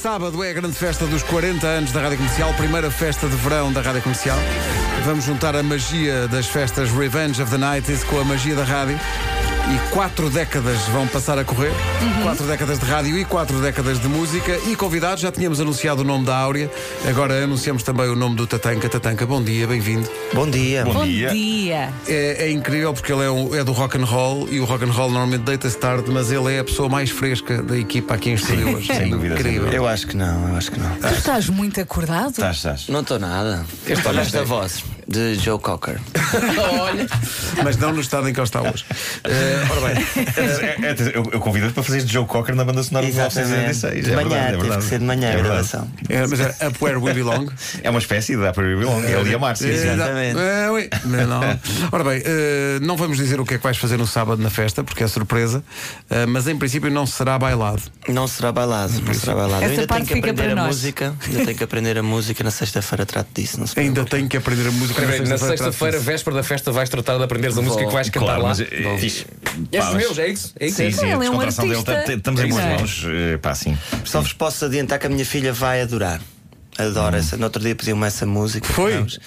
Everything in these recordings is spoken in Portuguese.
Sábado é a grande festa dos 40 anos da Rádio Comercial, primeira festa de verão da Rádio Comercial. Vamos juntar a magia das festas Revenge of the Nights com a magia da rádio. E quatro décadas vão passar a correr. Quatro décadas de rádio e quatro décadas de música. E convidados, já tínhamos anunciado o nome da Áurea. Agora anunciamos também o nome do Tatanka. Tatanka, bom dia, bem-vindo. Bom dia. Bom Bom dia. dia. É, é incrível porque ele é, um- é do rock and roll e o rock and roll normalmente deita-se tarde, mas ele é a pessoa mais fresca da equipa aqui em estúdio hoje. sem dúvida, sem Incrível. dúvida. Eu acho que não, eu acho que não. Tu estás muito acordado? Estás, estás. Não estou nada. Este olhar Esta tem. voz de Joe Cocker. Olha. Mas não no estado em que ele está hoje. Eh, ora bem, é, eu eu convido-te para fazeres de Joe Cocker na banda sonora de Exatamente. 1966. De É manhã, verdade, é teve verdade. que ser de manhã a É verdade. gravação. é, mas é Up Where We Belong. É uma espécie de Upper Belong. É ali a Márcia. Exatamente. Eh, ui, não, não. Ora bem, eh, não vamos dizer o que é que vais fazer no sábado na festa, porque é surpresa, eh, mas em princípio não será bailado. Não será bailado, não será bailado. Essa Eu ainda parte tenho que fica aprender para a nós. música. Ainda tenho que aprender a música. Na sexta-feira trato disso. Não se preocupe. Ainda tenho que aprender a música Espera aí, na sexta-feira sexta-feira, trata-se. véspera da festa, vais tratar de aprenderes a música que vais cantar Claro, lá. mas, eh, Bom. fixe. É Pá, mas- dos meus, é isso? É isso? Sim, sim, Ele é a um descontração dele. artista. t- Estamos em boas Exato. mãos. eh, Pá, sim. Só vos posso adiantar que a minha filha vai adorar. Adora essa. No outro dia pediu-me essa música. Foi? Vamos.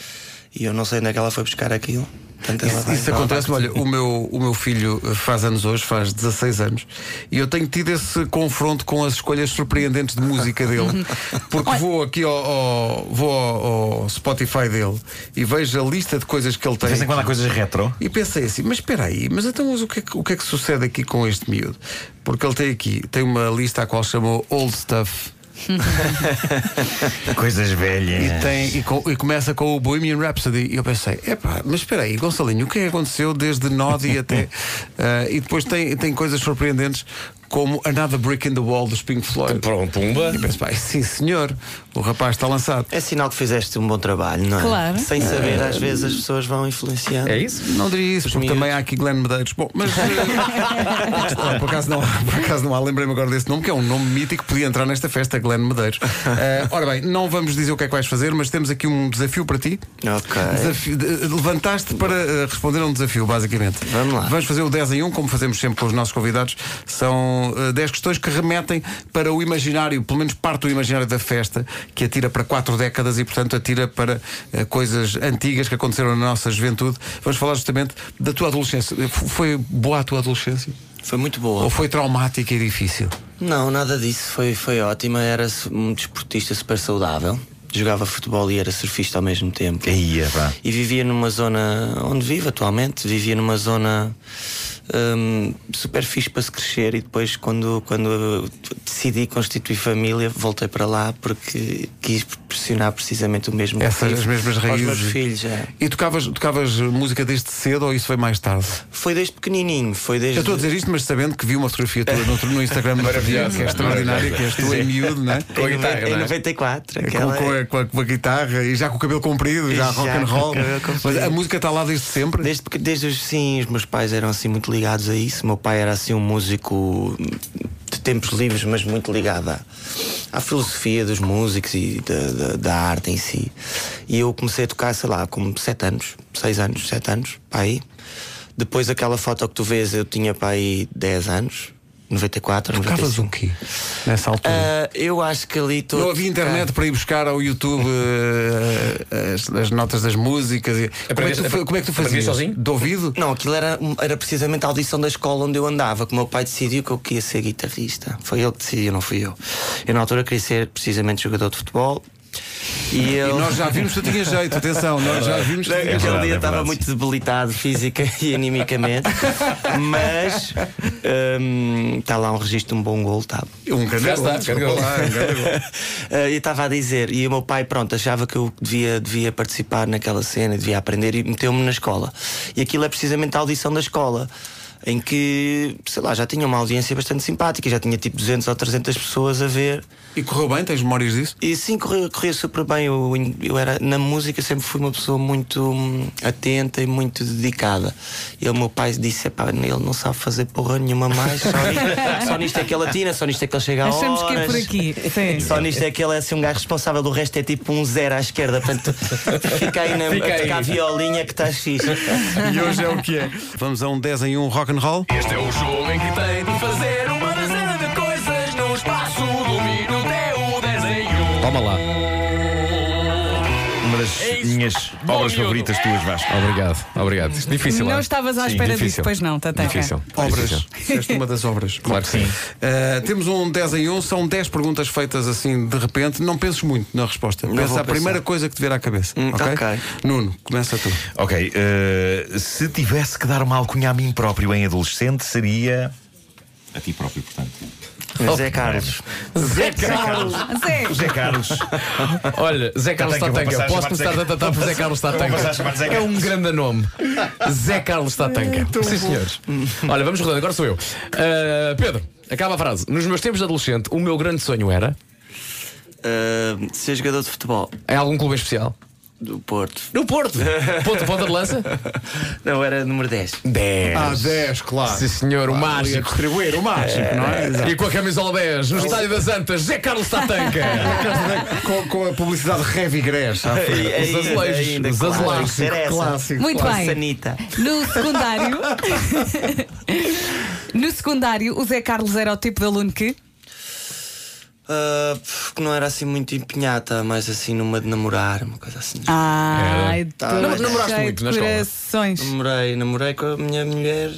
E eu não sei onde é que ela foi buscar aquilo. Portanto, ela Isso, vai- isso ela vai acontece, olha, curtir. o meu, o meu filho eh, faz anos hoje, faz 16 anos, e eu tenho tido esse confronto com as escolhas surpreendentes de música dele, porque vou aqui ao, ao- vou ao, ao Spotify dele e vejo a lista de coisas que ele De tem. vez em quando há coisas retro. E pensei assim, mas espera aí, mas então mas o, que é que, o que é que sucede aqui com este miúdo? Porque ele tem aqui, tem uma lista a qual chamou Old Stuff Coisas velhas. e, tem, e, co- e começa com o Bohemian Rhapsody. E eu pensei, epá, mas espera aí, Gonçalinho, o que é que aconteceu desde Noddy até. Ah, e depois tem, tem coisas surpreendentes como Another Brick in the Wall dos Pink Floyd. Pronto, pumba. E penso, pá, sim senhor, o rapaz está lançado. É sinal que fizeste um bom trabalho, não é? Claro. Sem saber, às vezes as pessoas vão influenciando. É isso? Não diria isso, porque miúdos. também há aqui Glenn Medeiros. Bom, mas. eh, por, acaso não, por acaso não há, lembrei-me agora desse nome, que é um nome mítico, podia entrar nesta festa, Glenn Medeiros. Eh, ora bem, não vamos dizer o que é que vais fazer, mas temos aqui um desafio para ti. Ok. Desafio- de- levantaste para eh, responder a um desafio, basicamente. Vamos lá. Vamos fazer o 10 em 1, como fazemos sempre com os nossos convidados. São eh, 10 questões que remetem para o imaginário, pelo menos parte do imaginário da festa, que atira para quatro décadas e, portanto, atira para eh, coisas antigas que aconteceram na nossa juventude. Vamos falar justamente da tua adolescência. F- Foi boa a tua adolescência? Foi muito boa. Ou foi traumática e difícil? Não, nada disso. Foi, foi ótima. Era su- um desportista super saudável. Jogava futebol e era surfista ao mesmo tempo. Aí, é, pá. E vivia numa zona onde vivo atualmente, vivia numa zona hum, super fixe para se crescer e depois quando, quando eu decidi constituir família voltei para lá porque quis proporcionar precisamente o mesmo Essas motivo as mesmas aos raízes. meus filhos. é. E tocavas, tocavas música desde cedo ou isso foi mais tarde? Foi desde pequenininho, foi Eu desde... estou a dizer isto, mas sabendo que vi uma fotografia tua no, outro- no Instagram no outro dia, que é extraordinária, que és tu em miúdo, não é? em Com a guitarra, noventa- não em é? 94, Com, aquela... com a, com a- com a guitarra e já com o cabelo comprido, já, Já rock and com o roll. cabelo comprido. Mas a música está lá desde sempre. Desde, pequ- desde os sim, os meus pais eram assim muito ligados a isso. O meu pai era assim um músico de tempos livres, mas muito ligado à, à filosofia dos músicos e da, da- da arte em si. E eu comecei a tocar, sei lá, com 7 anos, 6 anos, 7 anos, para aí. Depois aquela foto que tu vês, eu tinha para aí 10 anos, 94, Tocavas 95. o quê nessa altura? Ah, eu acho que ali estou. não havia internet para ir buscar ao YouTube eh, as, as notas das músicas. e- Como é que tu, fa- como é que tu fazias? aprendias sozinho? De ouvido? Não, aquilo era, era precisamente a audição da escola onde eu andava, que o meu pai decidiu que eu queria ser guitarrista. Foi ele que decidiu, não fui eu. Eu na altura queria ser precisamente jogador de futebol. E, E eu... nós já vimos que tu tinha jeito, atenção, nós já vimos que tu tinha Naquele verdade, dia é estava verdade, muito debilitado física e animicamente, mas está lá um registro de um bom gol, estava. Um é? Já grande gol. está, desculpa lá, um grande gol. Eh, eu estava a dizer, e o meu pai, pronto, achava que eu devia, devia participar naquela cena, devia aprender e meteu-me na escola. E aquilo é precisamente a audição da escola. Em que, sei lá, já tinha uma audiência bastante simpática, já tinha tipo 200 ou 300 pessoas a ver. E correu bem, tens memórias disso? E sim, corria, corria super bem. Eu, eu era, na música sempre fui uma pessoa muito hum, atenta e muito dedicada. E o meu pai disse: "Epá, ele não sabe fazer porra nenhuma mais, só nisto, só nisto é que ele atina, só nisto é que ele chega a Achamos que é horas. por aqui. Sim. Só nisto é que ele é assim um gajo responsável, do resto é tipo um zero à esquerda. Portanto, fica aí na, Fica a aí. tocar a violinha que está fixe. E hoje é o que é. Vamos a um 10 em 1 rock and roll. Este é o jogo em que tem de fazer uma dezena de coisas num espaço do minuto. É o 10 É minhas obras favoritas tuas, Vasco. Obrigado, obrigado. Difícil. Não é? estavas à Sim, espera disso, difícil. pois não, tá, Tatá. Difícil. Obras. Difícil. Fizeste é uma das obras. Claro que sim. Uh, temos um 10 em 1, são 10 perguntas feitas assim de repente. Não penses muito na resposta. Não Pensa vou a primeira pensar. coisa que te vier à cabeça. Hum, ok? ok. Nuno, começa tu. Ok, eh, se tivesse que dar uma alcunha a mim próprio em adolescente, seria. A ti próprio, portanto. Zé Carlos. Zé Ah, Zé, José Carlos. Olha, Zé Carlos Tatanka, vou passar Tatanka. a Posso chamar-te começar Zé- a tratar por Zé Carlos Tatanka? passar a chamar-te Zé É Carlos. um grande nome. Zé Carlos Tatanka. Sim, senhores. Olha, vamos rodando, agora sou eu. Ah, Pedro, acaba a frase. Nos meus tempos de adolescente, o meu grande sonho era. Uh, ser jogador de futebol Em algum clube em especial? do Porto. No Porto! Ponta, ponta de lança? Não, era número 10. 10. Ah, 10, claro. Sim, senhor, o Ali a mágico. distribuir o mágico, não é? Exato. E com a camisola 10, no estádio das Antas, Zé Carlos Tatanka. com, com a publicidade Heavy Grass. à frente. Ei, Os ainda, azulejos, ainda, os claro, azulejos. isso era essa. Clássico. Muito Com a bem. Sanita. No secundário. no secundário, o Zé Carlos era o tipo de aluno que. Ah, pff, que não era assim muito empenhada, mas assim numa de namorar, uma coisa assim. Ah. Ai, Tá, todo mas Hum, namoraste cheio muito de na escola? corações. Namorei, namorei com a minha mulher.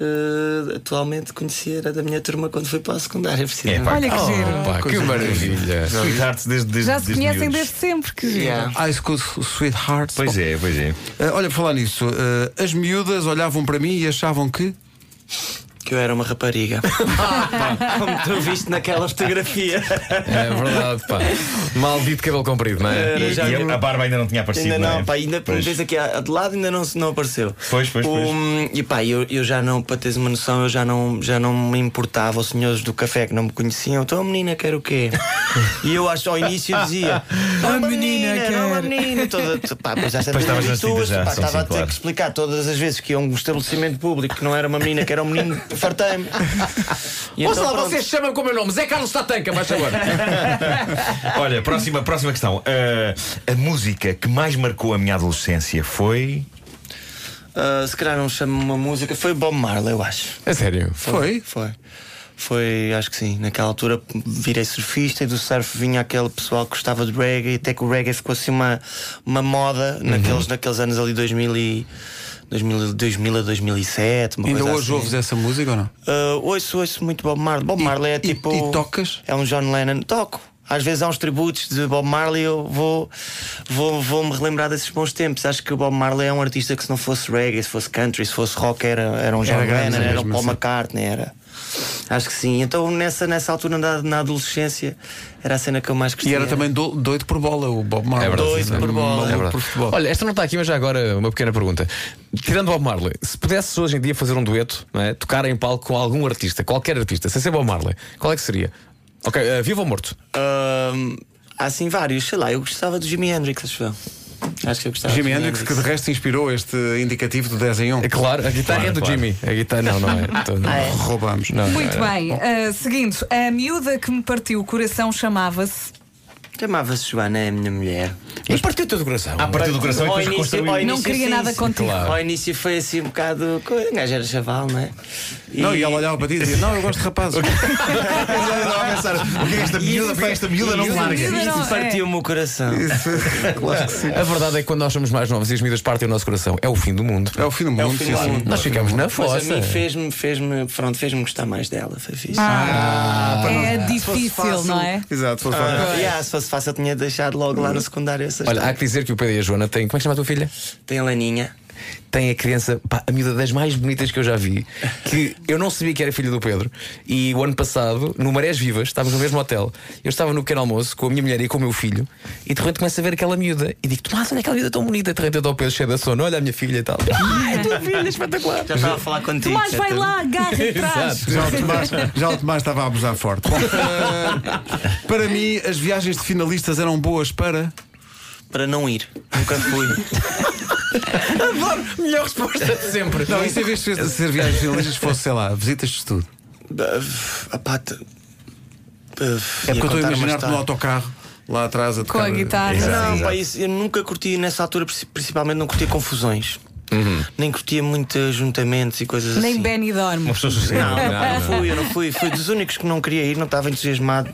ah, atualmente conhecia era da minha turma quando fui para a secundária, precisamente. É, pá, Olha que giro. Pá, que maravilha. Sweetheart desde, desde Já se desde conhecem miúdos. desde sempre, que giro. Yeah. High School Sweetheart. Pois é, pois é. Ah, olha, por falar nisso, ah, as miúdas olhavam para mim e achavam que. Que eu era uma rapariga. Como tu viste naquela fotografia. É verdade, pá. Maldito cabelo comprido, não é? Era E, já- e a, a barba ainda não tinha aparecido. Ainda não, é? pá, ainda Pois. tens aqui a- de lado ainda não, se- não apareceu. Pois, pois, pois. Um, e pá, eu, eu já não, para teres uma noção, eu já não, já não me importava. Os senhores do café que não me conheciam, então a menina quer o quê? e eu acho, ao início eu dizia: "Não, A uma menina menina não, uma quer." menina. Toda, tu- pá, pois já Pois estavas sabes, nascida já, pá, sim, estava sim, a ter claro. que explicar todas as vezes que ia a um estabelecimento público que não era uma menina, que era um menino, fartei-me. E Ouça então, lá, pronto. vocês chamam com o meu nome, Zé Carlos Tatanka, mais agora. Olha, próxima, próxima questão. Ah, a música que mais marcou a minha adolescência foi. Ah, se calhar não chamo uma música, foi Bob Marley, eu acho. É sério. Foi? Foi. Foi, acho que sim. Naquela altura virei surfista e do surf vinha aquele pessoal que gostava de reggae, até que o reggae ficou assim uma, uma moda Uhum. naqueles, naqueles anos ali 2000, e, 2000, 2000 a 2007. Uma Ainda coisa hoje assim. ouves essa música ou não? Ah, ouço, ouço muito Bob Marley. Bob Marley é e- tipo. e tocas? É um John Lennon. Toco. Às vezes há uns tributos de Bob Marley, eu vou, vou, vou me relembrar desses bons tempos. Acho que o Bob Marley é um artista que, se não fosse reggae, se fosse country, se fosse rock, era, era um John Era grande Lennon, era um mesmo, Paul sim. McCartney, era. Acho que sim. Então, nessa, nessa altura, na, na adolescência, era a cena que eu mais E gostava. era também do- doido por bola, o Bob Marley. É verdade. Doido por bola. Maluco É por futebol. verdade. Olha, esta não está aqui, mas já agora uma pequena pergunta. Tirando Bob Marley, se pudesses hoje em dia fazer um dueto, não é? tocar em palco com algum artista, qualquer artista, sem ser Bob Marley, qual é que seria? Ok, eh, vivo ou morto? Ahm, há assim vários. Sei lá, eu gostava do Jimi Hendrix, acho eu. Acho que eu gostava. do Jimi Hendrix, que de resto inspirou este indicativo do 10 em 1. É claro, a guitarra Claro, é do claro. Jimmy. A guitarra não, não é. Então, não. Roubamos. Muito bem. Ah, seguindo, a miúda que me partiu o coração chamava-se. Chamava-se Joana, é a minha mulher. E partiu o teu coração. A partir do coração e Ao depois início- reconstruiu. ao início Não queria foi nada isso. contigo. Claro. Ao início foi assim um bocado. co- O gajo era chaval, não é? Não, e ela olhava para ti e dizia: Não, eu gosto de rapazes. Eu estava a pensar, o que é esta E miúda? isso Porque esta miúda e não isso- me larga. Miúda não, Isto é. partiu-me o coração. claro que sim. A verdade é que quando nós somos mais novos e as miúdas partem o nosso coração, é o é, fim do mundo. É o fim do mundo, o fim sim, do sim. mundo. Nós ficamos na Mas fossa. a mim fez-me, fez-me, pronto, fez-me gostar mais dela, foi fixe. Ah, é Se fosse difícil, fácil- não é? Exato, se fosse fácil. Ah, yeah, se fosse fácil, eu tinha deixado logo lá no secundário essa Olha, há história. que dizer que o Pedro e a Joana têm. Como é que chama a tua filha? Tem a Laninha. Tem a criança, pá, a miúda das mais bonitas que eu já vi, que eu não sabia que era filha do Pedro. E o ano passado, no Marés Vivas, estávamos no mesmo hotel. Eu estava no pequeno almoço com a minha mulher e com o meu filho, e de repente começo a ver aquela miúda. E digo, Tomás, olha aquela miúda tão bonita. De repente eu dou o Pedro cheio da sono, olha a minha filha e tal. Ai, a tua filha, espetacular. Já estava a falar contigo. Tomás, já vai tu- lá, agarra atrás. Já o, Tomás, já o Tomás estava a abusar forte. Bom, eh, para mim, as viagens de finalistas eram boas para. Para não ir. Nunca fui. Melhor resposta de sempre. Não, isso em vez de ser viagens de finalistas, fosse, sei lá, visitas de estudo. Ah, pá, te- ah, É ia porque eu contar estou a uma imaginar-te no história. autocarro, lá atrás a Com a tocar- guitarra. Exato, Não, exato. pá, isso, eu nunca curti nessa altura, princi- principalmente não curti confusões. Uhum. Nem curtia muito ajuntamentos e coisas Nem assim. Benny dorme. Uma pessoa social. Não, não, não fui, eu não fui. Fui dos únicos que não queria ir, não estava entusiasmado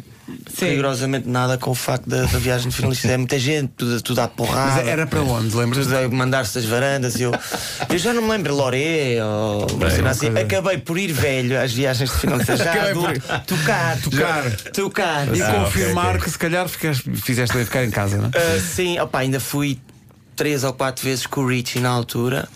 Sim. rigorosamente nada com o facto da, da viagem de finalista. É muita gente, tudo, tudo à porrada. Mas é, era para onde, lembras? Tudo a mandar-se das varandas. Eu, eu já não me lembro, Loré ou uma cena assim. Acabei por ir velho às viagens de finalista. Já Acabei por adulto, tocar, Tocar. tocar. E Ah, confirmar que se calhar ficaste, fizeste bem ficar em casa, não é? Uh, sim, opa, ainda fui três ou quatro vezes com o Richie na altura.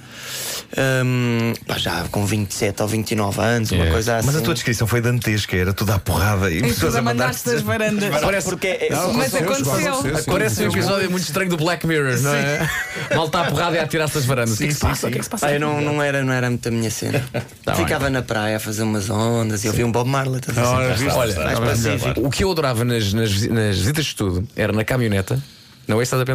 Um, pá, já com 27 ou 29 anos, uma É. coisa assim. é. Mas a tua descrição foi dantesca, era tudo à porrada e pessoas Tudo a a mandar-te mandar-se. das varandas. Parece porque é- Mas aconteceu. Parece um episódio muito estranho do Black Mirror, não é? Mal está a porrada e a tirar-se das varandas. o que é que se passa? O que é que se passa? Pá, eu não, não, era, não era muito a minha cena. Tá Ficava na praia a fazer umas ondas e eu vi um Bob Marley. estás a Ora, ver? viste? Olha, mais pacífico. Tipo, O que eu adorava nas, nas, visi- nas visitas de estudo era na camioneta. Não é isso que estás a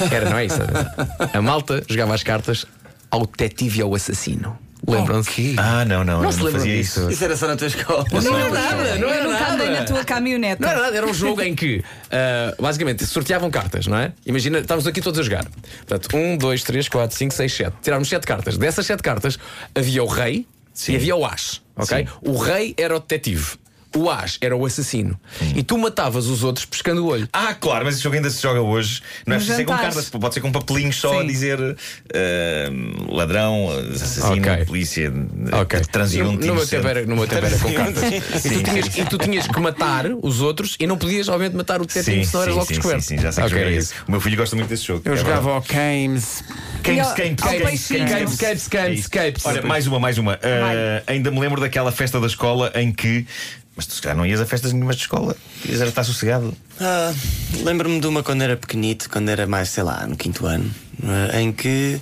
pensar. Era, não é isso. que estás a pensar. A malta jogava as cartas ao detetive e ao assassino. Lembram-se? Ah, não, não, eu se não lembram fazia disso. isso. Isso era só na tua escola. era nada, não é Eu nunca andei na tua camioneta. Não era nada, era um jogo em que ah, basicamente sorteavam cartas, não é? Imagina, estávamos aqui todos a jogar. Portanto, 1, 2, 3, 4, 5, 6, 7. Tirámos 7 cartas. Dessas 7 cartas havia o rei e havia o as. ok? O rei era o detetive. O as era o assassino. E tu matavas os outros pescando o olho. Ah, claro, mas esse jogo ainda se joga hoje. Não é Nos preciso ser com jantares. cartas, pode ser com papelinhos só Sim. a dizer eh, ladrão, assassino, Ok. polícia, Ok. eh, transiunte. No, no meu inocente. tempo era, no meu tempo era com cartas. E tu, Sim, tinhas, e tu tinhas que matar os outros e não podias, obviamente, matar o detetive, Sim, senão eras sim, logo sim, descoberto. sim, sim, já sei que Ok, joguei é isso. O meu filho gosta muito desse jogo. Eu é verdade. jogava ao Games. Games, ao- games, ao games, peixinho. games, Capes, capes, capes. Olha, mais uma, mais uma. Ah, ainda me lembro daquela festa da escola em que. Mas tu se calhar não ias a festas nenhumas de escola. Ias era estar sossegado. Ah, Lembro-me de uma quando era pequenito, quando era mais, sei lá, no quinto ano, eh, em que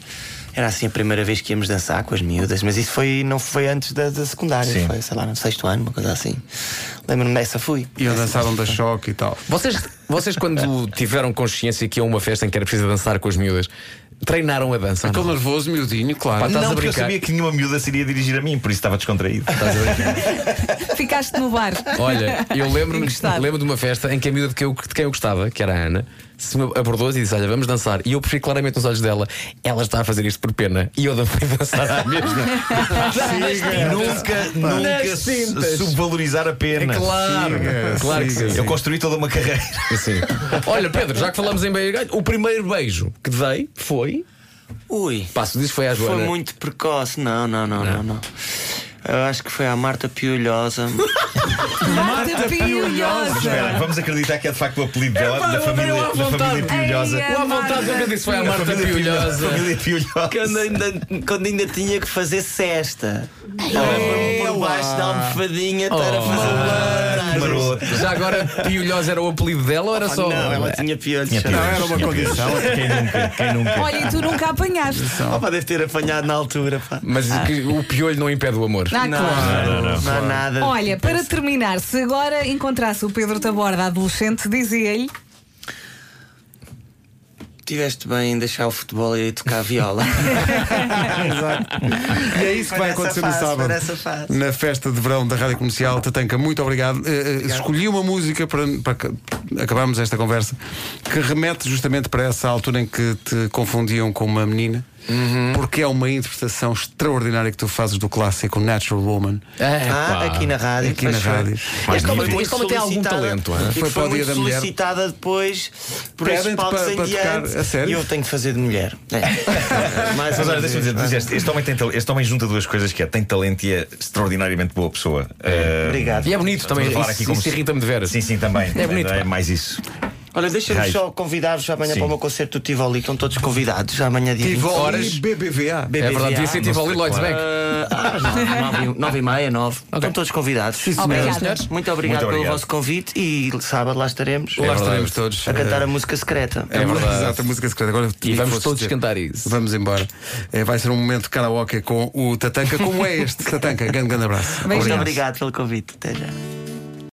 era assim a primeira vez que íamos dançar com as miúdas, mas isso foi, não foi antes da, da secundária, Sim. foi, sei lá, no sexto ano, uma coisa assim. Lembro-me dessa, fui. E eu dançaram da choque e tal. Vocês, vocês quando tiveram consciência que ia uma festa em que era preciso dançar com as miúdas, treinaram a dança? ou não? Estou nervoso, miudinho, claro. Pá, Estás não, a porque eu brincar? sabia que nenhuma miúda se iria dirigir a mim, por isso estava descontraído. Ficaste no bar. Olha, eu lembro-me Encostado. lembro de uma festa em que a miúda de, que eu, de quem eu gostava, que era a Ana, se me abordou e disse: Olha, vamos dançar. E eu percebi claramente nos olhos dela: Ela está a fazer isto por pena. E eu fui dançar à mesma. E nunca, nunca Nas tintas. É su- subvalorizar a pena. claro, é, Siga, claro que siga. sim. Eu construí toda uma carreira. Sim. Olha, Pedro, já que falamos em beijo, o primeiro beijo que dei foi. Ui, Passo disso foi à Joana. foi muito precoce. Não, não, não, não, não. Eu acho que foi à Marta Piolhosa. Marta Piolhosa. Espera, vamos acreditar que é de facto o apelido dela, pá, da família, eu à da vontade. família Piolhosa. Ai, Eu à vontade, eu disse foi à Marta Família Piolhosa. Piolhosa. Família Piolhosa. quando, ainda, quando ainda tinha que fazer cesta. Lembro-me por baixo da almofadinha estar a fazer malandragens. Maroto. Já agora, Piolhosa era o apelido dela ou era só. Não, ela tinha piolhos. Tinha Não, piolhos, era uma tinha piolhos. condição. Quem nunca? Quem nunca? Olha, e tu nunca apanhaste. Opa, deve ter apanhado na altura, pá. Mas que o piolho não impede o amor. Ah, claro. não, não, há nada. Olha, para terminar, se agora encontrasse o Pedro Taborda adolescente, dizia-lhe: Tiveste bem em deixar o futebol e ir tocar viola. E é isso que vai acontecer no Parece a fase, sábado. parece a fase. Na festa de verão da Rádio Comercial. Tatanka, muito obrigado. Eh, eh, Escolhi uma música para, para que- acabarmos esta conversa que remete justamente para essa altura em que te confundiam com uma menina. Porque é uma interpretação extraordinária que tu fazes do clássico Natural Woman. É Ah, aqui na rádio. Aqui na pois foi. rádio. Este homem- Muito este homem tem algum solicitada- talento, hã? é? e Foi Foi, para o Dia muito da Mulher. solicitada depois por esses Pedem-te palcos para- em para tocar, diante. a sério? E eu tenho que fazer de mulher. É. Mais Mas uma olha, deixa-me vez, dizer, não é? disseste, este, homem tem tal- este homem junta duas coisas que é tem talento e é extraordinariamente boa pessoa. Eh, Obrigado. E é bonito estamos também. a falar Isso, aqui como isso se- irrita-me de veras. Sim, sim, também. É bonito, É pá. mais isso. Olha, deixa-me Raio. só convidar-vos amanhã Sim. para o meu concerto do Tivoli. Estão todos convidados. Já amanhã dia Tivoli horas. BBVA. É verdade, Ah, devia ser tipo ali Lloydsbeck. Uh, 9 e meia, 9. Estão todos convidados. Obrigada. Muito obrigado, Muito pelo obrigado. vosso convite e sábado lá estaremos Lá estaremos todos. a cantar a música secreta. É verdade. verdade. Exato, a música secreta. Agora E vamos fosse todos dizer. cantar isso. Vamos embora. Eh, vai ser um momento de karaoke com o Tatanka. Como é este, Tatanka? Grande, grande abraço. Beijo. Muito obrigado pelo convite. Até já.